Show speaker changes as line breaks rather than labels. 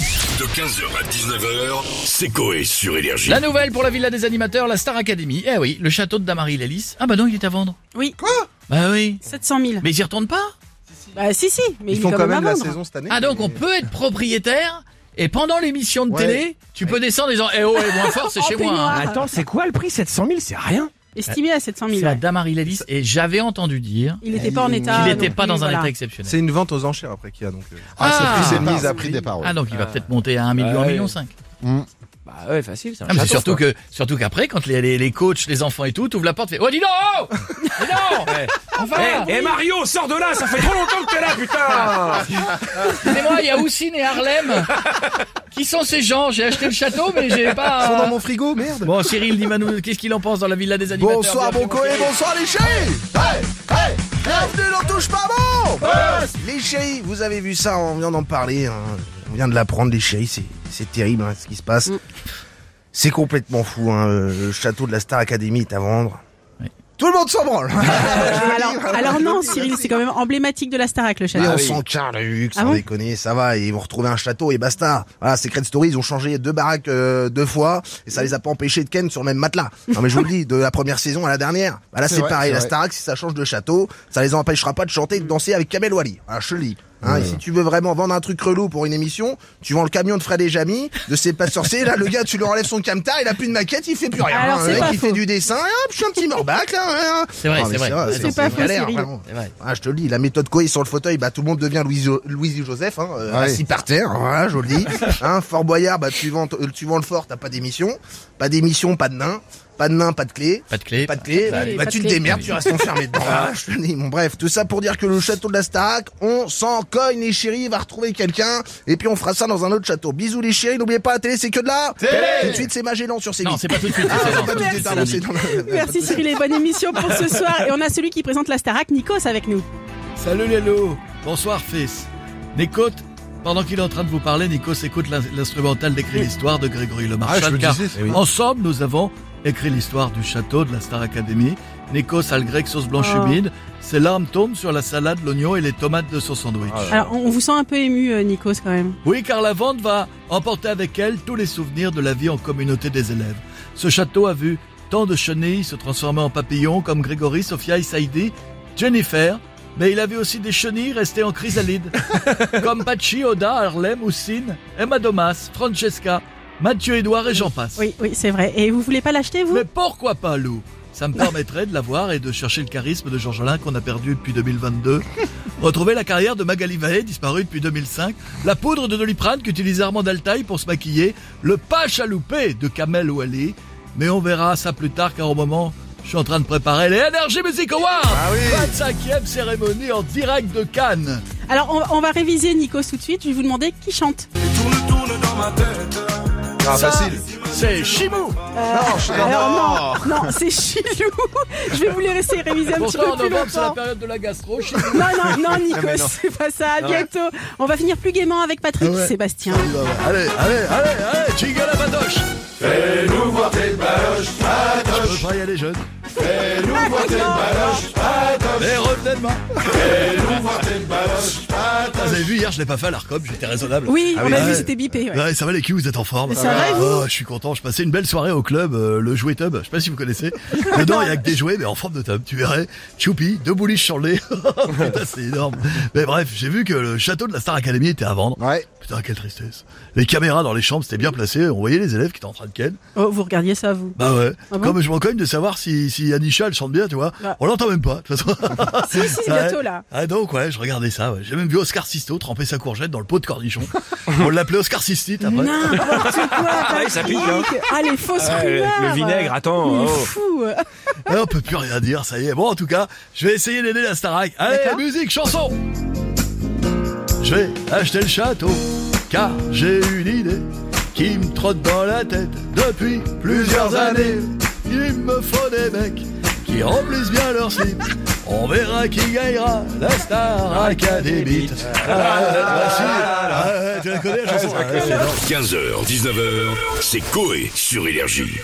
De 15h à 19h, c'est Coé sur Énergie.
La nouvelle pour la Villa des Animateurs, la Star Academy. Eh oui, le château de Damary Lélis. Ah bah non, il est à vendre.
Oui,
Bah oui.
700 000.
Mais ils y retournent pas
Bah si, si, mais
Ils
il
font
est
quand même
à
la
vendre.
saison cette année.
Ah donc on
mais-
peut être propriétaire et pendant l'émission de
Ouais.
télé, tu peux descendre en disant Eh oh, elle est moins fort, c'est
En
chez moi. hein.
peignoir. Ah,
Attends, c'est quoi le prix 700 000 C'est rien.
Estimé à 700 000.
C'est la
ouais.
Damary Lélis et j'avais entendu dire
Il n'était pas en état.
qu'il n'était
non
pas
plus,
dans un
voilà.
état exceptionnel.
C'est une vente aux enchères après qu'il y a donc. euh,
Ah,
c'est
C'est
une
mise à prix départ. ouais.
Ah donc il va peut-être monter à 1 million,
Ouais.
1 million 5.
Bah ouais, facile.
Ah, mais c'est surtout que surtout qu'après quand les, les, les coachs, les enfants et tout, t'ouvres la porte, fais Oh dis donc oh Dis donc Enfin
Eh Mario, sors de là, ça fait trop longtemps que t'es là, putain
Excusez-moi, il y a Houssine et Harlem. Qui sont ces gens J'ai acheté le château, mais j'ai pas.
Ils sont dans mon frigo, merde.
Bon, Cyril, dis-moi, nous, qu'est-ce qu'il en pense dans la villa des animateurs
Bonsoir
Bienvenue,
bon coé, bonsoir les chéris Hey Hey Bienvenue dans Touche pas bon Les chéris, vous avez vu ça, on vient d'en parler, hein. on vient de l'apprendre les chéris, c'est, c'est terrible hein, ce qui se passe.
Mm.
C'est complètement fou, hein. euh, le château de la Star Academy est à vendre. Tout le monde s'en branle
Alors, alors non, Cyril, c'est quand même emblématique de la Starac, le
Mais
Bah
château.
on s'en carre, Luc,
Ah
sans
bon
déconner, ça va, ils vont retrouver un château et basta. Voilà, Secret Story, ils ont changé deux baraques euh, deux fois, et ça les a pas empêchés de ken sur le même matelas. Non mais je vous le dis, de la première saison à la dernière. Bah là c'est
vrai,
pareil,
c'est
la
vrai.
Starac, si ça change de château, ça les empêchera pas de chanter et de danser avec Kamel Wally. Ah, je te le dis. Hein, et si tu veux vraiment vendre un truc relou pour une émission, tu vends le camion de Fred et Jamy, de ses pas sorciers, là le gars tu lui enlèves son camtar, il a plus de maquette, il fait plus rien.
Alors,
hein.
c'est
le mec
pas
il
faux.
fait du dessin, et hop, je suis un petit morbac là. hein.
C'est vrai,
Ah, mais
c'est vrai.
vrai,
C'est
c'est
pas
une
faux,
galère,
Cyril.
vraiment.
C'est vrai.
Ah, je te le dis, la méthode Coé sur le fauteuil, bah tout le monde devient Louis, Louis Joseph, hein, euh,
Ouais.
assis par terre, voilà, je vous le dis. Hein, Fort Boyard, bah tu vends, euh, tu vends le fort, t'as pas d'émission, pas d'émission, pas de nain, pas de nain, pas de clé.
Pas de clé.
Pas de clé, bah,
clé,
bah,
pas
tu
de
te
clé.
démerdes, tu restes enfermé dedans. Ah, je te le dis, bon bref, tout ça pour dire que le château de la Starac, on s'en cogne les chéris, va retrouver quelqu'un, et puis on fera ça dans un autre château. Bisous les chéris, n'oubliez pas, la télé c'est que de là Tout de suite c'est Magellan sur ses
Non, c'est pas tout de suite.
Ah,
c'est
c'est
non,
pas tout de
c'est
suite,
lundi.
pardon, c'est dans le-
Merci Cyril et bonne émission pour ce soir. Et on a celui qui présente la Starac, Nikos, avec nous.
Salut Lélo. Bonsoir, fils. N'écoute, pendant qu'il est en train de vous parler, Nikos écoute l'in- l'instrumental d'écrit l'histoire de Grégory Le Marchal.
Ah, je me
car
disais, c'est pas-
ensemble, nous avons écrit l'histoire du château de la Star Academy. Nikos a le grec sauce blanche
Ah.
Oh.
humide. Ses larmes tombent sur la salade, l'oignon et les tomates de son sandwich.
Ah.
Alors, on on vous sent un peu ému, euh, Nikos, quand même.
Oui, car la vente va emporter avec elle tous les souvenirs de la vie en communauté des élèves. Ce château a vu tant de chenilles se transformer en papillons comme Grégory, Sophia et Saïdi, Jennifer, mais il avait aussi des chenilles restées en chrysalide, comme Pachi, Oda, Harlem, Houssine, Emma Domas, Francesca, Mathieu Edouard et j'en passe.
Oui, oui, c'est vrai. Et vous voulez pas l'acheter, vous
Mais pourquoi pas, Lou Ça me permettrait de l'avoir et de chercher le charisme de Georges Alain qu'on a perdu depuis 2022. Retrouver la carrière de Magali Vahé, disparue depuis 2005. La poudre de Doliprane qu'utilisait Armand Altaï pour se maquiller. Le pas chaloupé de Kamel Ouali. Mais on verra ça plus tard car au moment, je suis en train de préparer les Energy Music Awards
Ah
25e cérémonie en direct de Cannes
Alors, on, on va réviser Nikos tout de suite. Je vais vous demander qui chante.
Ah,
Ça,
facile.
C'est Chimou
Alors, non, non, c'est Chilou. Je vais vous les laisser réviser un petit
Pourtant,
peu
en
plus
novembre, c'est la
longtemps.
période de la gastro. Chimou.
Non, non, non,
mais
Nikos,
non.
c'est pas ça. À bientôt. On va finir plus gaiement avec Patrick
Ouais.
Sébastien.
Allez, allez, allez, allez, jingle à Badoche Fais-nous voir tes baloches, Ah, Badoche Je peux pas y aller jeune Mais revenez demain Fais-nous voir tes baloches, Ah, Badoche Vous avez vu, hier, je l'ai pas fait à l'ARCOM, j'étais raisonnable.
Oui, on
oui,
a
ouais.
vu, c'était bipé. ouais.
Ouais, ça va les culs, vous êtes en forme.
Ça va, et vous
Oh, je suis content, je passais une belle soirée au club, euh, le jouet tub, je sais pas si vous connaissez. Dedans, il y a que des jouets, mais en forme de tub, tu verrais. Choupi, deux bouliches sur le nez. Putain, c'est énorme. Mais bref, j'ai vu que le château de la Star Academy était à vendre.
Ouais.
Putain, quelle tristesse. Les caméras dans les chambres, c'était bien placé. On voyait les élèves qui étaient en train de ken.
Oh, vous regardiez ça, vous
Bah ouais.
Ah bon Bah.
Comme je m'en cogne de savoir si, si Anisha, elle chante bien, tu vois.
Ouais.
On l'entend même pas, de toute façon.
Si, si, c'est
Ouais.
bientôt, là.
Ah donc, ouais, je regardais ça. ouais. J'ai même vu Oscar Sisto tremper sa courgette dans le pot de cornichon. On l'appelait Oscar Sistite après.
N'importe quoi, Patrick.
ça pique, hein.
Ah, les fausses
Ouais, le-
rumeurs.
le vinaigre, attends,
Il est
oh.
fou.
Ah, on peut plus rien dire, ça y est. Bon, en tout cas, je vais essayer d'aider la Starac. Allez,
D'accord.
musique, chanson Je vais acheter le château, car j'ai une idée qui me trotte dans la tête depuis plusieurs années. Il me faut des mecs qui remplissent bien leur slip. On verra qui gagnera la Star Academy. Ah, facile. Ah, ouais, tu la connais, la chanson
15h, 19h, c'est Coé sur Énergie.